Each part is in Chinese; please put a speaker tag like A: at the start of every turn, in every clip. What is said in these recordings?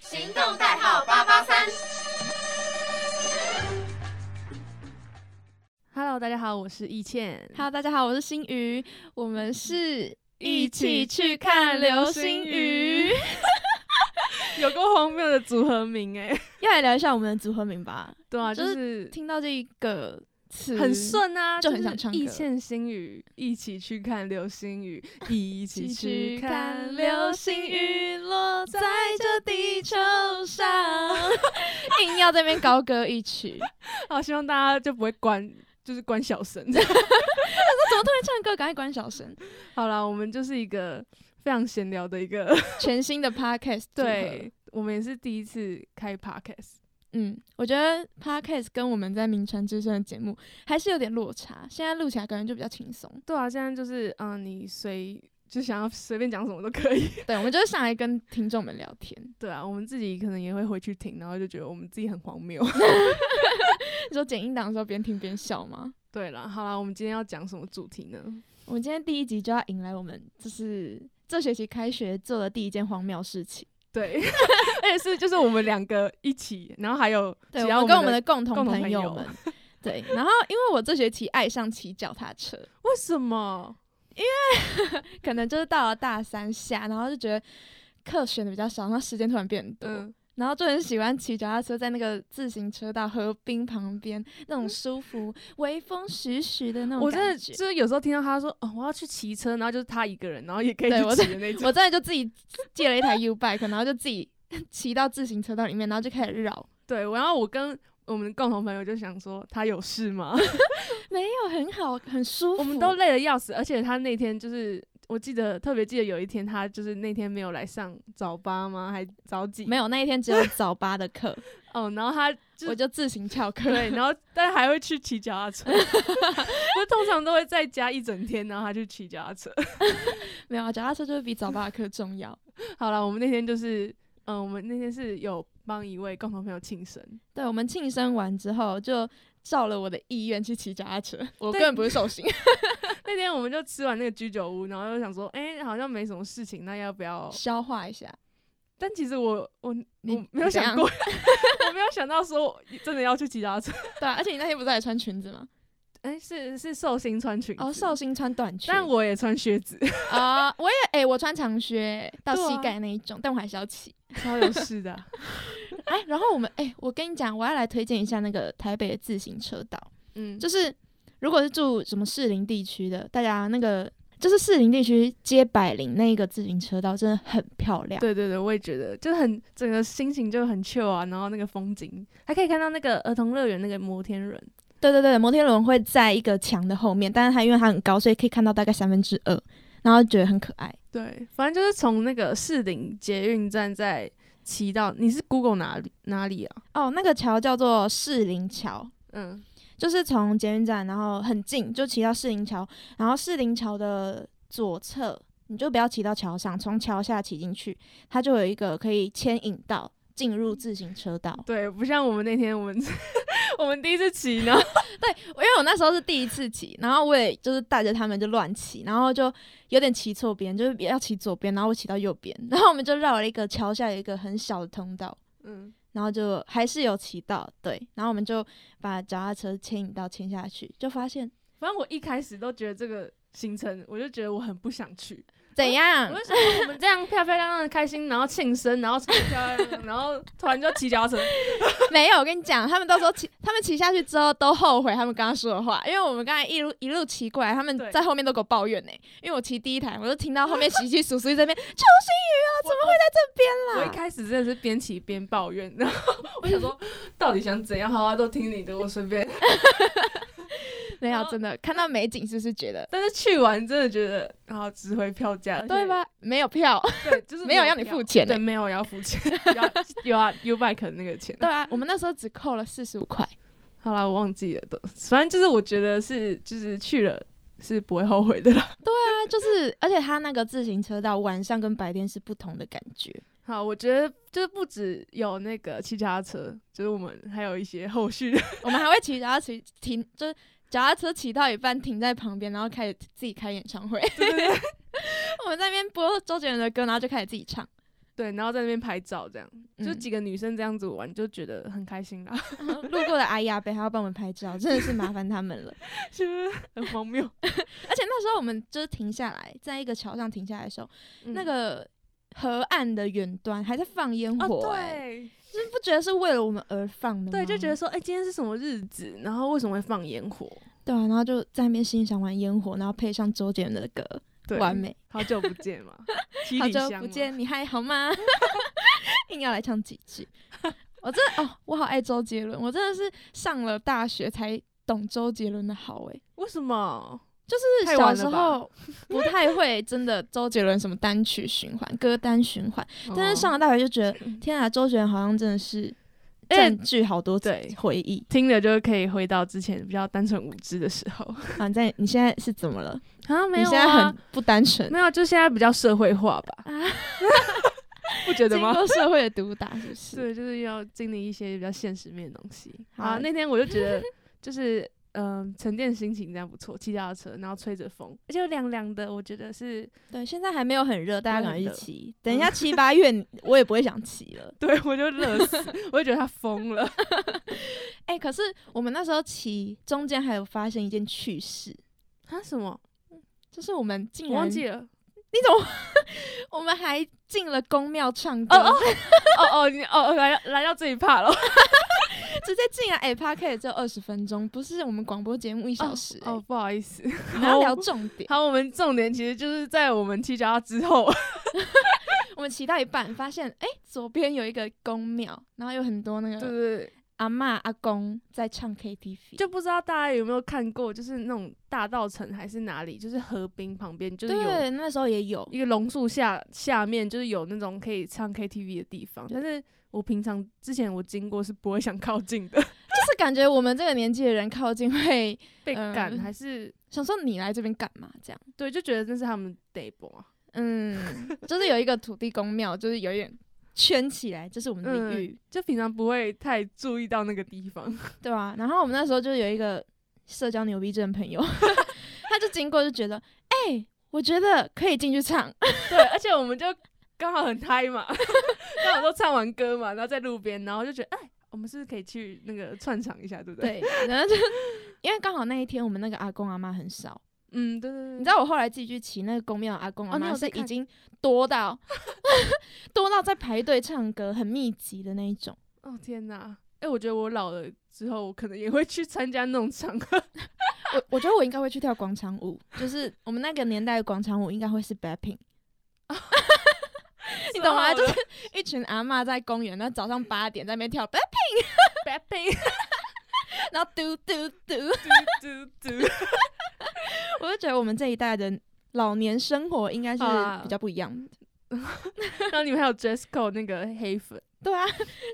A: 行动代号八八三。
B: Hello，大家好，我是易倩。
C: Hello，大家好，我是星宇，我们是
B: 一起
C: 去
B: 看流星 雨，有个荒谬的组合名哎、
C: 要来聊一下我们的组合名吧。
B: 对啊，就
C: 就是
B: 是
C: 听到这一个词
B: 很，顺啊，
C: 就很想唱歌
B: 是易倩星语，一起去看流星 雨，一
C: 一
B: 起
C: 起去
B: 去
C: 看
B: 看
C: 流
B: 流
C: 星
B: 星雨。
C: 雨落在这地球上， 硬要这边高歌一曲，那
B: 好，希望大家就不会关， 就是关小 声。
C: 怎么突然唱歌？赶快关小声！
B: 好啦，我们就是一个非常闲聊的一 个，
C: 全新的 podcast 组合
B: 对，我们也是第一次开 podcast。
C: 嗯，我觉得 podcast 跟我们在名传之声的节目还是有点落差，现在录起来感觉就比较轻松。
B: 对啊，现在就是嗯、你随就想要随便讲什么都可以。
C: 对，我们就是上来跟听众们聊天，
B: 对啊，我们自己可能也会回去听，然后就觉得我们自己很荒谬。
C: 你说剪音档的时候边听边笑吗？
B: 对了，好了，我们今天要讲什么主题 呢？
C: 我们今天第一集就要迎来我们就是这学期开学做的第一件荒谬事情，
B: 对，而且是就是我们两个一起，然后还 有
C: 对，
B: 其
C: 我
B: 他
C: 们跟我们
B: 们
C: 的共同
B: 共同
C: 朋
B: 朋
C: 友
B: 友
C: 们，对。然后因为我这学期爱上骑脚踏车，
B: 为什么？
C: 可能就是到了大三下，然后就觉得课选的比较少，然后时间突然变多，
B: 嗯，
C: 然后就很喜欢骑脚踏车在那个自行车道河滨旁边那种舒服、微风徐徐嗯的那种
B: 我真
C: 感
B: 的
C: 觉。
B: 就是有时候听到他说哦，我要去骑车，然后就是他一个人，然后也可以
C: 对
B: 去
C: 我
B: 骑的那种。
C: 我真的就自己借了一台 U bike，然后就自己骑到自行车道里面，然后就开始绕。
B: 对，然后我跟我们共同朋友就想说他有事吗？
C: 没有，很好，很舒 服。
B: 我们 都累得要死，而且他那天就是。我记得特别记得有一天，他就是那天没有来上早八吗？还早几？
C: 没有那一天只有早八的课，
B: 哦，然后他就
C: 我就自行翘 课。
B: 对，然后但还会去骑脚踏车， 我通常都会在家一整天，然后他去骑脚踏车。
C: 没有啊，脚踏车就是比早八的课重要。
B: 好了，我们那天就是，嗯，我们那天是有帮一位共同朋友庆生，
C: 对，我们庆生完之后就。照了我的意愿去骑脚踏车，我
B: 对
C: 根本不是寿星，
B: 那天我们就吃完那个居酒屋，然后就想说，哎、好像没什么事情，那要不要？
C: 消化一下。
B: 但其实我我
C: 你
B: 我没有
C: 你怎
B: 想
C: 样
B: 过， 我没有想到说我真的要去骑脚踏车。
C: 对啊，而且你那天不是还穿裙子吗？
B: 哎、是是寿星穿裙子，
C: 哦，寿星穿短裙，
B: 但我也穿靴 子，
C: 啊、我也哎、我穿长靴到
B: 对啊
C: 膝盖那一种，但我还是要骑。
B: 超有事的啊、
C: 哎，然后我们哎、我跟你讲，我要来推荐一下那个台北的自行车道，
B: 嗯，
C: 就是如果是住什么士林地区的，大家那个就是士林地区街百灵那一个自行车道真的很漂亮。
B: 对对对，我也觉得，就很整个心情就很 chill 啊，然后那个风景，还可以看到那个儿童乐园那个摩天轮，
C: 对对对，摩天轮会在一个墙的后面，但是它因为它很高，所以可以看到大概三分之二，然后觉得很可爱。
B: 对，反正就是从那个士林捷运站在骑到，你是 Google 哪里哪里啊？
C: 哦，那个桥叫做士林桥，
B: 嗯，
C: 就是从捷运站，然后很近，就骑到士林桥，然后士林桥的左侧，你就不要骑到桥上，从桥下骑进去，它就有一个可以牵引道进入自行车道。
B: 对，不像我们那天我们 我们第一次骑，然后
C: 因为我那时候是第一次骑，然后我也就是带着他们就乱骑，然后就有点骑错边，就是要骑左边，然后我骑到右边，然后我们就绕了一个桥下有一个很小的通道，
B: 嗯，
C: 然后就还是有骑到，对，然后我们就把脚踏车牵引道牵下去，就发现
B: 反正我一开始都觉得这个行程，我就觉得我很不想去，
C: 怎样
B: 我？就想说我们这样漂漂亮亮的开心，然后庆生，然后穿得漂漂亮亮，然后突然就骑脚踏车，
C: 没有，我跟你讲，他们到时候骑，他们骑下去之后都后悔他们刚刚说的话，因为我们刚才一路一路骑过来，他们
B: 对
C: 在后面都给我抱怨呢、因为我骑第一台，我就听到后面喜气叔叔 这边邱星宇啊，怎么会
B: 我
C: 在
B: 一
C: 这边啦？
B: 开始真的是边骑边抱怨， 然后我想说，到底想怎样？好啊，都听你的，我随便。
C: 没
B: 然
C: 有，
B: 后
C: 真的看到美景是不是觉得
B: 但是去完真的觉得，然后值回票价，
C: 对吧？没有票，
B: 而且？对，就是
C: 没有要你付钱欸
B: 对，
C: 呢、
B: 没有要付钱，有啊有啊，U bike 的那个钱。
C: 对啊，我们那时候只扣了四十五块，
B: 好啦，我忘记了都，反正就是我觉得是，就是去了是不会后悔的啦。
C: 那啊就是，而且他那个自行车道晚上跟白天是不同的感觉。
B: 好，我觉得就是不止有那个骑脚踏车，就是我们还有一些后续的。
C: 我们还会骑脚踏车停，就是脚踏车骑到一半停在旁边，然后开始自己开演唱会。
B: 对 对对
C: 我们在那边播周杰伦的歌，然后就开始自己唱。
B: 对，然后在那边拍照这样。就
C: 嗯
B: 几个女生这样子玩，就觉得很开心啦，
C: 路过的阿姨阿伯还要帮我们拍照，真的是麻烦他们了。
B: 是不是很荒谬？
C: 而且那时候我们就是停下来，在一个桥上停下来的时候，那
B: 嗯
C: 个河岸的远端还在放烟
B: 哦，
C: 火、哎、
B: 对
C: 就是不觉得是为了我们而放的吗？
B: 对，就觉得说，哎、今天是什么日子？然后为什么会放烟火？
C: 对啊，然后就在那边欣赏完烟火，然后配上周杰伦的歌，
B: 对，
C: 完美。
B: 好久不见 嘛，七
C: 好
B: 里
C: 久
B: 香
C: 不
B: 嘛，
C: 见，你还 好吗？ 硬要来唱几句，我真的哦，我好爱周杰伦，我真的是上了大学才懂周杰伦的好哎、
B: 为什么？
C: 就是
B: 太
C: 小
B: 晚
C: 时
B: 了吧
C: 候不太会真的周杰伦什么单曲循环、歌单循环，但是上
B: 哦
C: 了大学就觉得，天啊，周杰伦好像真的是
B: 哎
C: 占据好多
B: 对
C: 回忆。
B: 听了就可以回到之前比较单纯无知的时候
C: 啊，你在你现在是怎么了？
B: 啊，没
C: 你
B: 有
C: 现在
B: 啊
C: 很，不单纯，
B: 没有，就现在比较社会化吧？啊 不觉得
C: 经
B: 吗？
C: 过社会的毒打，是 不是？
B: 对，就是要经历一些比较现实面的东西。
C: 好
B: 啊，那天我就觉得，就是嗯、沉淀心情这样不错，骑脚踏车，然后吹着风，而且凉凉的，我觉得是，
C: 对，现在还没有很热，大家
B: 没有
C: 赶快
B: 很
C: 去
B: 热
C: 骑。等一下七八月你，我也不会想骑了。
B: 对我就热死，我就觉得他疯了。
C: 哎、可是我们那时候骑，中间还有发生一件趣事，
B: 他什么？
C: 就是我们竟
B: 我
C: 然
B: 忘记了。
C: 你怎么， 我们还进了宫庙唱歌，
B: 哦哦哦哦，你哦哦来到来到这一趴了。
C: 直接进来。哎、p a r k 只有二十分钟，不是我们广播节目一小时、哎
B: 哦，不好意思。
C: 我们要
B: 好
C: 聊重点。
B: 好，我们重点其实就是在我们骑脚踏之后，
C: 我们骑到一半，发现哎、左边有一个宫庙，然后有很多那
B: 对
C: 个
B: 对对，
C: 阿嬷阿公在唱 KTV，
B: 就不知道大家有没有看过，就是那种大道城还是哪里，就是河滨旁边，就是有
C: 对，那时候也有。
B: 一个榕树下下面就是有那种可以唱 KTV 的地方，但是我平常之前我经过是不会想靠近的，
C: 就是感觉我们这个年纪的人靠近会
B: 被
C: 嗯
B: 赶、还是
C: 想说你来这边干嘛这样。
B: 对，就觉得这是他们 day b 啊，
C: 嗯， 就是有一个土地公庙，就是有一点圈起来，这是我们的领域，
B: 就平常不会太注意到那个地方。
C: 对吧、然后我们那时候就有一个社交牛逼症朋友， 他就经过就觉得，哎、我觉得可以进去唱，
B: 对，而且我们就刚好很嗨嘛， 刚好都唱完歌嘛，然后在路边，然后就觉得哎。我们是不是可以去那个串场一下，对不 对？对，
C: 对，然后就因为刚好那一天我们那个阿公阿妈很少，
B: 嗯，对对对。
C: 你知道我后来自己去骑那个公庙的阿公阿
B: 哦你
C: 妈
B: 有
C: 是
B: 在
C: 已
B: 看
C: 经多到 多到在排队唱歌，很密集的那一种。
B: 哦天哪！哎、我觉得我老了之后，我可能也会去参加那种场合。
C: 我我觉得我应该会去跳广场舞，就是我们那个年代的广场舞应该会是 Blackpink。你 懂吗？就是一群阿嬷在公园，然后早上八点在那边跳 Blackpink，
B: Blackpink
C: 然后嘟嘟嘟，
B: 嘟嘟嘟。
C: 我就觉得我们这一代的老年生活应该是
B: 啊
C: 比较不一样的。
B: 然后你们还有 dress code 那个黑粉。
C: 对啊，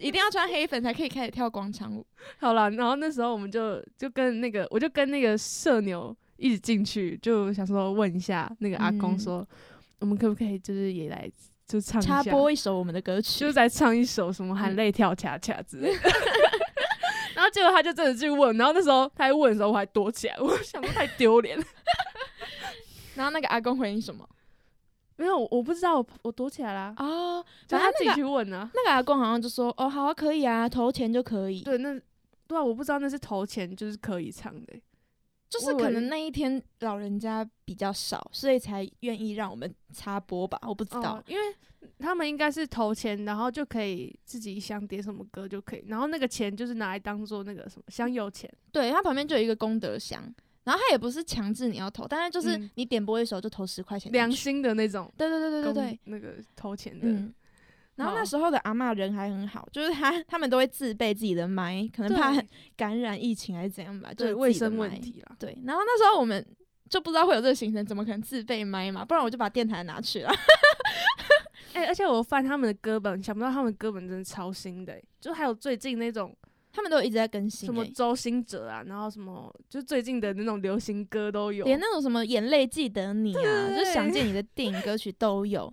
C: 一定要穿黑粉才可以开始跳广场舞。
B: 好啦，然后那时候我们就就跟那个，我就跟那个社牛一起进去，就想说问一下那个阿公
C: 嗯
B: 说，我们可不可以就是也来就唱一
C: 插
B: 下，
C: 播一首我们的歌曲，
B: 就再唱一首什么含泪跳恰恰之类 的。然后结果他就真的去问，然后那时候他在问的时候，我还躲起来，我想说太丢脸了。
C: 然后那个阿公回应什么？
B: 没有，我我不知道，我我躲起来啦。
C: 哦，
B: 就
C: 反
B: 啊他
C: 正
B: 自
C: 那
B: 己
C: 个
B: 去问啊。
C: 那个阿公好像就说：“哦，好啊，可以啊，投钱就可以。”
B: 对，那对啊，我不知道那是投钱就是可以唱的欸、
C: 就是
B: 我以
C: 可
B: 为
C: 能那一天老人家比较少，所以才愿意让我们插播吧，我不知道。
B: 哦，因为他们应该是投钱，然后就可以自己想点什么歌就可以，然后那个钱就是拿来当做那个什么香油钱，
C: 对，它旁边就有一个功德箱，然后它也不是强制你要投，但是就是
B: 嗯
C: 你点播一首就投十块钱进去。
B: 良心的那种，
C: 对对对对对
B: 公
C: 对，
B: 那个投钱的，
C: 嗯。然后那
B: 好
C: 时候的阿嬷人还很好，就是他他们都会自备自己的麦，可能怕
B: 对
C: 感染疫情还是怎样吧，就是
B: 对
C: 自己
B: 卫
C: 的
B: 生
C: 麦
B: 问。题啦。
C: 对，然后那时候我们就不知道会有这个行程，怎么可能自备麦嘛？不然我就把电台拿去了。
B: 哎、而且我翻他们的歌本，想不到他们歌本真的超新的欸、就还有最近那种
C: 他们都一直在更新、
B: 什么
C: 欸
B: 周兴哲啊，然后什么就最近的那种流行歌都有，
C: 连那种什么眼泪记得你啊，
B: 对
C: 就想见你的电影歌曲都有，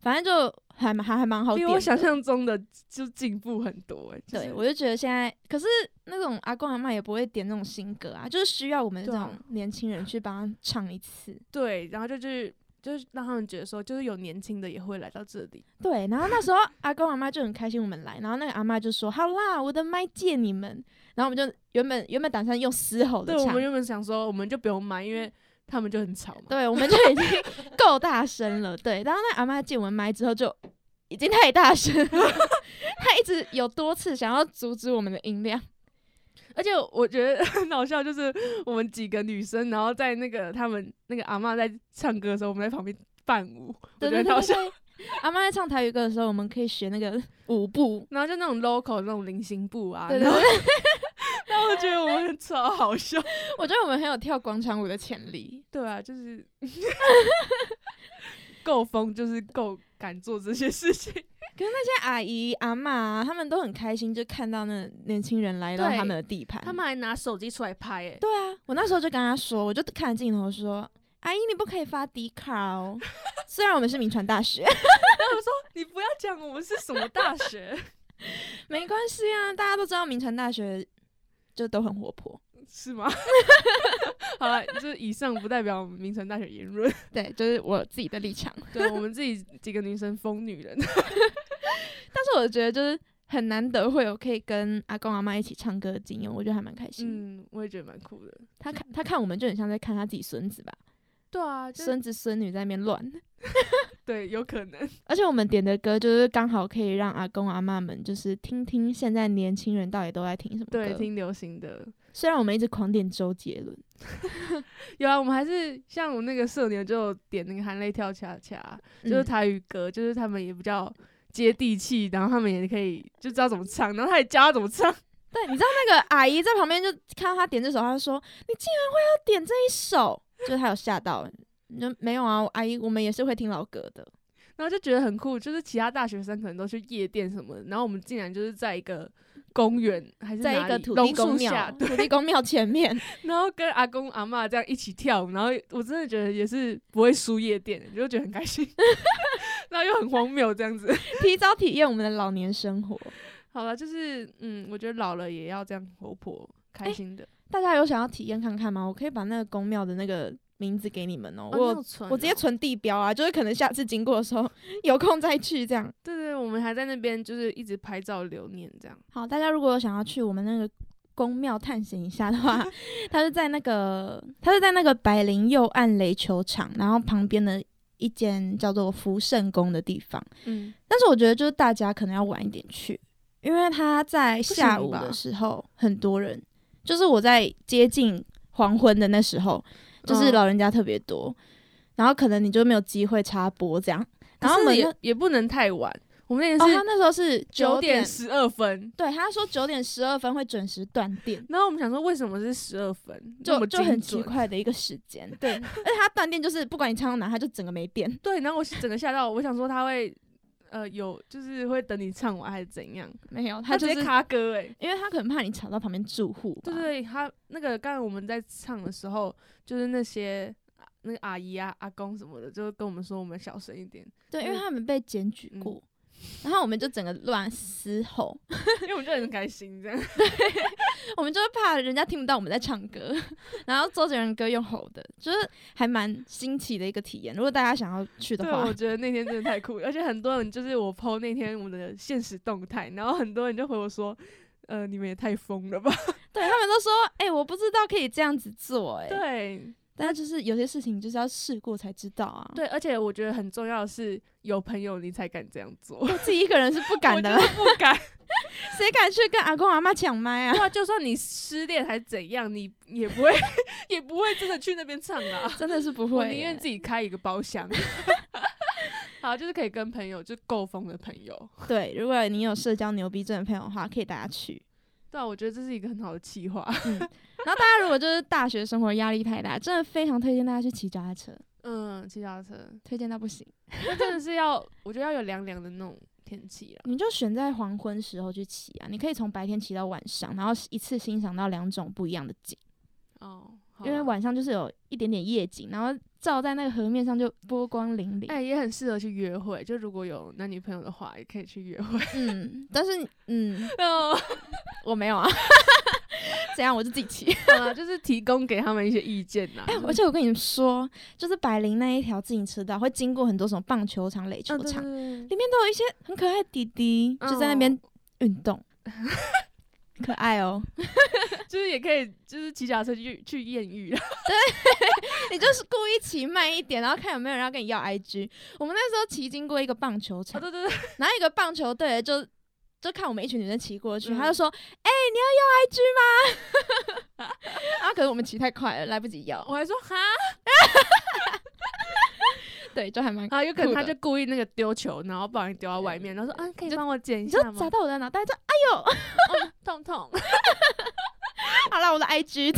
C: 反正就还蛮还还蛮好
B: 比
C: 点
B: 我
C: 的。
B: 想象中的就进步很多、欸，就
C: 对，
B: 是
C: 我就觉得现在，可是那种阿公阿嬷也不会点那种新歌啊，就是需要我们这
B: 对啊
C: 种年轻人去帮他唱一次。
B: 对，然后就去。就是让他们觉得说，就是有年轻的也会来到这里。
C: 对，然后那时候阿公阿妈就很开心我们来，然后那个阿妈就说：“好啦，我的麦借你们。”然后我们就原本原本打算用嘶吼的
B: 对，我
C: 唱
B: 们，原本想说，我们就不用买，因为他们就很吵嘛。
C: 对，我们就已经 够大声了。对，然后那阿妈借我们麦之后就已经太大声了， 她一直有多次想要阻止我们的音量。
B: 而且我觉得 很好笑，就是我们几个女生，然后在那个他们那个阿嬷在唱歌的时候，我们在旁边伴舞，我
C: 对
B: 觉得
C: 对
B: 很好
C: 对
B: 笑。
C: 对，阿妈在唱台语歌的时候，我们可以学 那个舞步。
B: 然后就那种 local 那种菱形步啊，
C: 对
B: 然
C: 对
B: 后
C: 对，
B: 然后我觉得我们超好笑。
C: 我觉得我们很有跳广场舞的潜力。
B: 对啊，就是 够疯，就是够敢做这些事情。
C: 那阿姨、阿妈、啊、他们都很开心，就看到那年轻人来到
B: 对
C: 他们的地盘。
B: 他们还拿手机出来拍、欸，
C: 对啊，我那时候就跟他说，我就看着镜头说：“阿姨，你不可以发迪卡哦。” 虽然我们是名传大学，
B: 你不要讲我们是什么大学，
C: 没关系啊，大家都知道名传大学就都很活泼。
B: 是 吗？好了，就是以上不代表我们名城大学言论，
C: 对，就是我自己的立场。
B: 对我们自 己几个女生疯女人。
C: 但是我觉得就是很难得会有可以跟阿公阿妈一起唱歌的经验，我觉得还蛮开心。
B: 嗯，我也觉得蛮酷的。
C: 他看他看我们就很像在看他自己孙子吧，
B: 对啊，就是
C: 孙子孙女在那边乱。
B: 对，有可能。
C: 而且我们点的歌就是刚好可以让阿公阿妈们就是听听现在年轻人到底都在听什么歌。
B: 对，听流行的。
C: 虽然我们一直狂点周杰伦，
B: 有啊，我们还是像我那个社牛就有点那个含泪跳恰恰，就是
C: 嗯
B: 台语歌，就是他们也比较接地气，然后他们也可以就知道怎么唱，然后他也教他怎么唱。
C: 对，你知道那个阿姨在旁边就看到他点这首，她就说：“你竟然会要点这一首？”就是她有吓到，你就没有啊，阿姨，我们也是会听老歌的。
B: 然后就觉得很酷，就是其他大学生可能都去夜店什么的，然后我们竟然就是在一个公园还是
C: 在
B: 哪
C: 一个
B: 里
C: 土
B: 榕
C: 地公
B: 树下
C: 庙，，土地公庙前面，
B: 然后跟阿公阿嬷这样一起跳舞，然后我真的觉得也是不会输夜店，就觉得很开心， 然后又很荒谬这样子。
C: 提早体验我们的老年生活。
B: 好了，就是嗯，我觉得老了也要这样活泼开心的。
C: 大家有想要体验看看吗？我可以把那个公庙的那个名字给你们哦、
B: 哦
C: 我有
B: 你有存
C: 我直接
B: 哦
C: 存地标啊，就是可能下次经过的时候有空再去这样。
B: 对对，我们还在那边就是一直拍照留念这样。
C: 好，大家如果有想要去我们那个宫庙探险一下的 话，它是在那个它是在那个百灵右岸垒球场，然后旁边的一间叫做福圣宫的地方。
B: 嗯，
C: 但是我觉得就是大家可能要晚一点去，因为它在
B: 行
C: 下午
B: 吧
C: 的时候很多人，就是我在接近黄昏的那时候，就是
B: 嗯
C: 老人家特别多，然后可能你就没有机会插播这样。然
B: 然
C: 后
B: 后
C: 我
B: 我们
C: 们
B: 嗯也
C: 那
B: 也不能太晚，我们那
C: 哦，
B: 天
C: 他
B: 是
C: 那时候是
B: 九
C: 九
B: 点
C: 点
B: 十二分。
C: 对，他说九点十二分会准时断电，
B: 然后我们想说，为什么是十二分？那
C: 就
B: 么
C: 就
B: 精
C: 很奇
B: 准
C: 怪的一个时 间。对，而且他断电就是不管你唱到哪，他就整个没电。
B: 对，然后我是整个吓到，我想说他会呃有就是会等你唱完还是怎样，
C: 没有，
B: 他
C: 就
B: 直接
C: 是
B: 卡歌哎、
C: 因为他可能怕你吵到旁边住户吧。
B: 对对对，他那个刚才我们在唱的时候，就是那些啊那个阿姨啊、阿公什么的，就跟我们说我们小声一点，
C: 对，因为
B: 嗯
C: 他们被检举
B: 嗯
C: 过，然后我们就整个乱嘶吼，
B: 因为我们就很开心这样。
C: 我们就是怕人家听不到我们在唱歌， 然后周杰伦歌用吼的，就是还蛮新奇的一个体验。如果大家想要去的
B: 对，
C: 话
B: 我，觉得那天真的太酷了，而且很多人就是我 PO 那天我们的现实动态，然后很多人就回我说。呃，你们也太疯了吧？
C: 对他们都说，哎、我不知道可以这样子做、哎，，
B: 对
C: 但是就是有些事情就是要试过才知道啊，
B: 对，而且我觉得很重要的是，有朋友你才敢这样做，
C: 我自己一个人是不敢的
B: 我
C: 啦，
B: 就是不敢。
C: 谁敢去跟阿公阿妈抢麦啊？
B: 对啊，就算你失恋还怎样，你 也不会也不会真的去那边唱啊。
C: 真的是不
B: 我
C: 会、
B: 宁愿
C: 哎
B: 自己开一个包厢。 好，就是可以跟朋友，就够疯的朋友。
C: 对，如果你有社交牛逼症的朋友的话，可以大家去。
B: 对啊，我觉得这是一个很好的计划。
C: 然后 大家如果就是大学生活压力太大，真的非常推荐大家去骑脚踏车，
B: 嗯，骑脚踏车，
C: 推荐到不行。
B: 那真的是要，我觉得要有凉凉的那种天气啦。
C: 你就选在黄昏时候去骑啊，你可以从白天骑到晚上，然后一次欣赏到两种不一样的景，
B: 哦，好
C: 因为
B: 啊
C: 晚上就是有一点点夜景，然后照在那个河面上就波光粼粼。
B: 哎、 也很适合去约会。就如果有男女朋友的话，也 可以去约会。
C: 嗯，但是嗯，
B: 哦，
C: 我没有啊，怎样？我就自己 骑。
B: 好啦啊就是提供给他们一些意见呐。
C: 哎、而且我跟你们说，就是百灵那一条自行车道会经过很多什么棒球场、垒球
B: 嗯对
C: 场，
B: 对对
C: 里面都有一些很可爱的弟弟，
B: 嗯
C: 就在那边运 动，可爱哦。
B: 就是也可以，就是骑脚踏车去去艳遇 啦。
C: 你就是故意骑慢一点，然后看有没有人要跟你要 IG。我们那时候骑经过一个棒球
B: 哦，
C: 场，
B: 对对对，
C: 然后一个棒球队的就就看我们一群女生骑过去，
B: 嗯
C: 他就说：“哎、你要要 IG 吗？” 啊然后可是我们骑太快了，来不及要。
B: 我还说哈，
C: 对，就还蛮，
B: 啊，有可能他
C: 酷的
B: 就故意那个丢球，然后不小心丢到外面，然后说啊，可以
C: 就
B: 帮我捡一
C: 你
B: 下
C: 就
B: 吗？哦
C: 砸到我的脑袋，就啊
B: 痛 痛，
C: 好了，我的 IG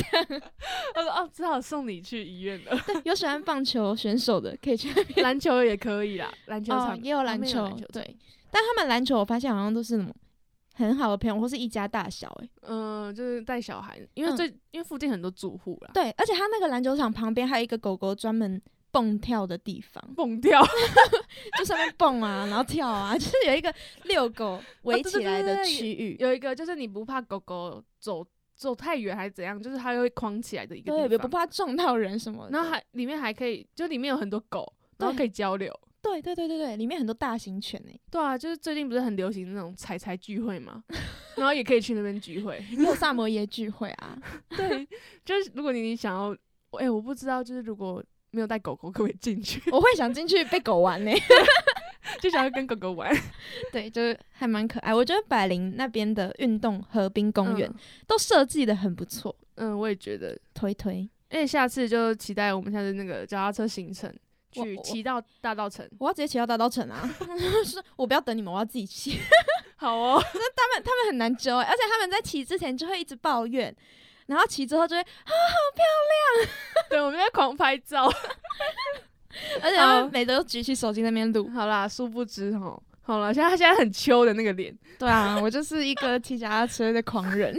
B: 我说哦，只好送你去医院了。
C: 有喜欢棒球选手的可以去
B: 篮球也可以啦，篮球
C: 哦
B: 场，
C: 也有
B: 旁
C: 篮
B: 边
C: 球
B: 有篮球，场
C: 对，但他们篮球我发现好像都是什么很好的朋友或是一家大小、欸，
B: 嗯、就是带小孩，因为
C: 嗯
B: 最、因为附近很多住户啦，
C: 对，而且他那个篮球场旁边还有一个狗狗专门蹦跳的地方，
B: 蹦掉
C: 就上面蹦啊，然后跳啊， 就是有一个遛狗围
B: 对
C: 起
B: 对
C: 来
B: 对
C: 的
B: 对
C: 区域，
B: 有一个就是你不怕狗狗走走太远还是怎样，就是它会框起来的一个地
C: 对，
B: 方，
C: 也不怕撞到人什么的。
B: 然后还里面还可以，就里面有很多狗，然后
C: 对
B: 可以交流。
C: 对对对对对，里面很多大型犬欸诶、
B: 对啊，就是最近不是很流行那种彩彩聚会嘛，然后也可以去那边聚会。
C: 也有萨摩耶聚会啊，
B: 对，就是如果你想要，哎、我不知道，就是如果没有带狗狗，可不可以进去？
C: 我会想进去被狗玩 呢、
B: 就想要跟狗狗玩。
C: 对，就是还蛮可爱。我觉得百灵那边的运动河滨公园、
B: 嗯
C: 都设计的很不错，
B: 嗯，我也觉得。
C: 推推。
B: 而且下次就期待我们下次那个脚踏车行程，
C: 我
B: 去
C: 我
B: 骑到大道城。
C: 我要直接骑到大稻城啊！ 是我不要等你们，我要自己骑。
B: 好哦，
C: 他们他们很难揪、欸，而且他们在骑之前就会一直抱怨，然后骑之后就会，
B: 对，我们在狂拍照。
C: 而且他们每周举起手机那边录。
B: 好啦，殊不知吼，好了，现在他现在很秋的那个脸。
C: 对啊，我就是一个骑脚踏车的狂人。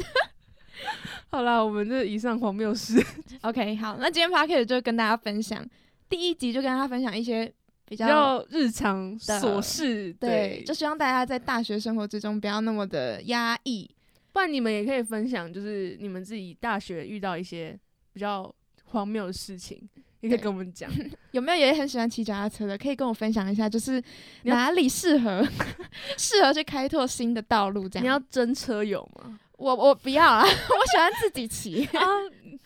B: 好啦，我们这以上荒谬事。
C: OK，好，那今天 p o c k e t 就跟大家分享第一集，就跟大家分享一些比
B: 比
C: 较
B: 较日常琐事，
C: 对，
B: 就
C: 就希望大家在大学生活之中不要那么的压抑。
B: 不然你们也可以分享，就是你们自己大学遇到一些比较荒谬的事情，也可以
C: 对
B: 跟我 们讲。
C: 有没有也很喜欢骑脚踏车的？可以跟我分享一下，就是
B: 你要
C: 哪里适合 适合去开拓新的道路？这样，
B: 你要真车友吗？
C: 我我不要啦， 我喜欢自己骑，
B: 啊，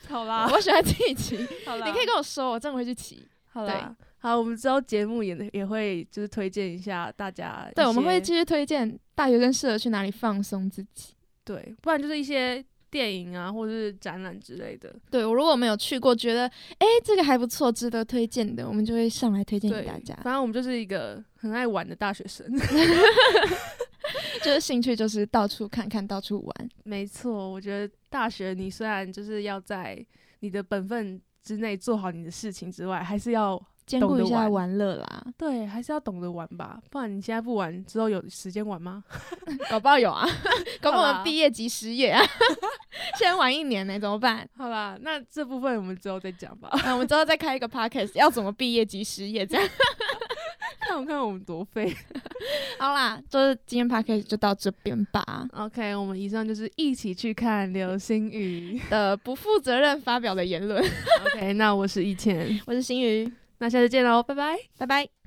B: 好啦，
C: 我喜欢自己 骑。你
B: 好啦，
C: 可以跟我说，我真的会去骑。
B: 好啦，好，我们之后节目也也会就是推荐一下大家一些，
C: 对，我们会继续推荐大学生适合去哪里放松自己。
B: 对，不然就是一些电影啊，或者是展览之类的。
C: 对我如果没有去过，觉得诶这个还不错，值得推荐的，我们就会上来推荐
B: 对
C: 给大家。
B: 反正我们就是一个很爱玩的大学生。
C: 就是兴趣就是到处看看，到处玩。
B: 没错，我觉得大学你虽然就是要在你的本分之内做好你的事情之外，还是要
C: 兼顾
B: 懂
C: 一
B: 得
C: 下
B: 玩
C: 玩乐啦，
B: 对，还是要懂得玩吧，不然你现在不玩，之后有时间玩吗？
C: 搞不好有 啊，搞不好我
B: 好啦
C: 们毕业即失业啊， 先玩一年呢、怎么办？，
B: 好啦，那这部分我们之后再讲吧
C: 那我们之后再开一个 podcast，要怎么毕业即失业这样？
B: 看我看我们多废。
C: 好啦，就是今天 podcast 就到这边吧。
B: OK，我们以上就是一起去看流星雨。
C: 的不负责任发表的言论，
B: OK，那我是易倩，
C: 我是新宇，
B: 那下次见喽，拜拜。
C: 拜拜。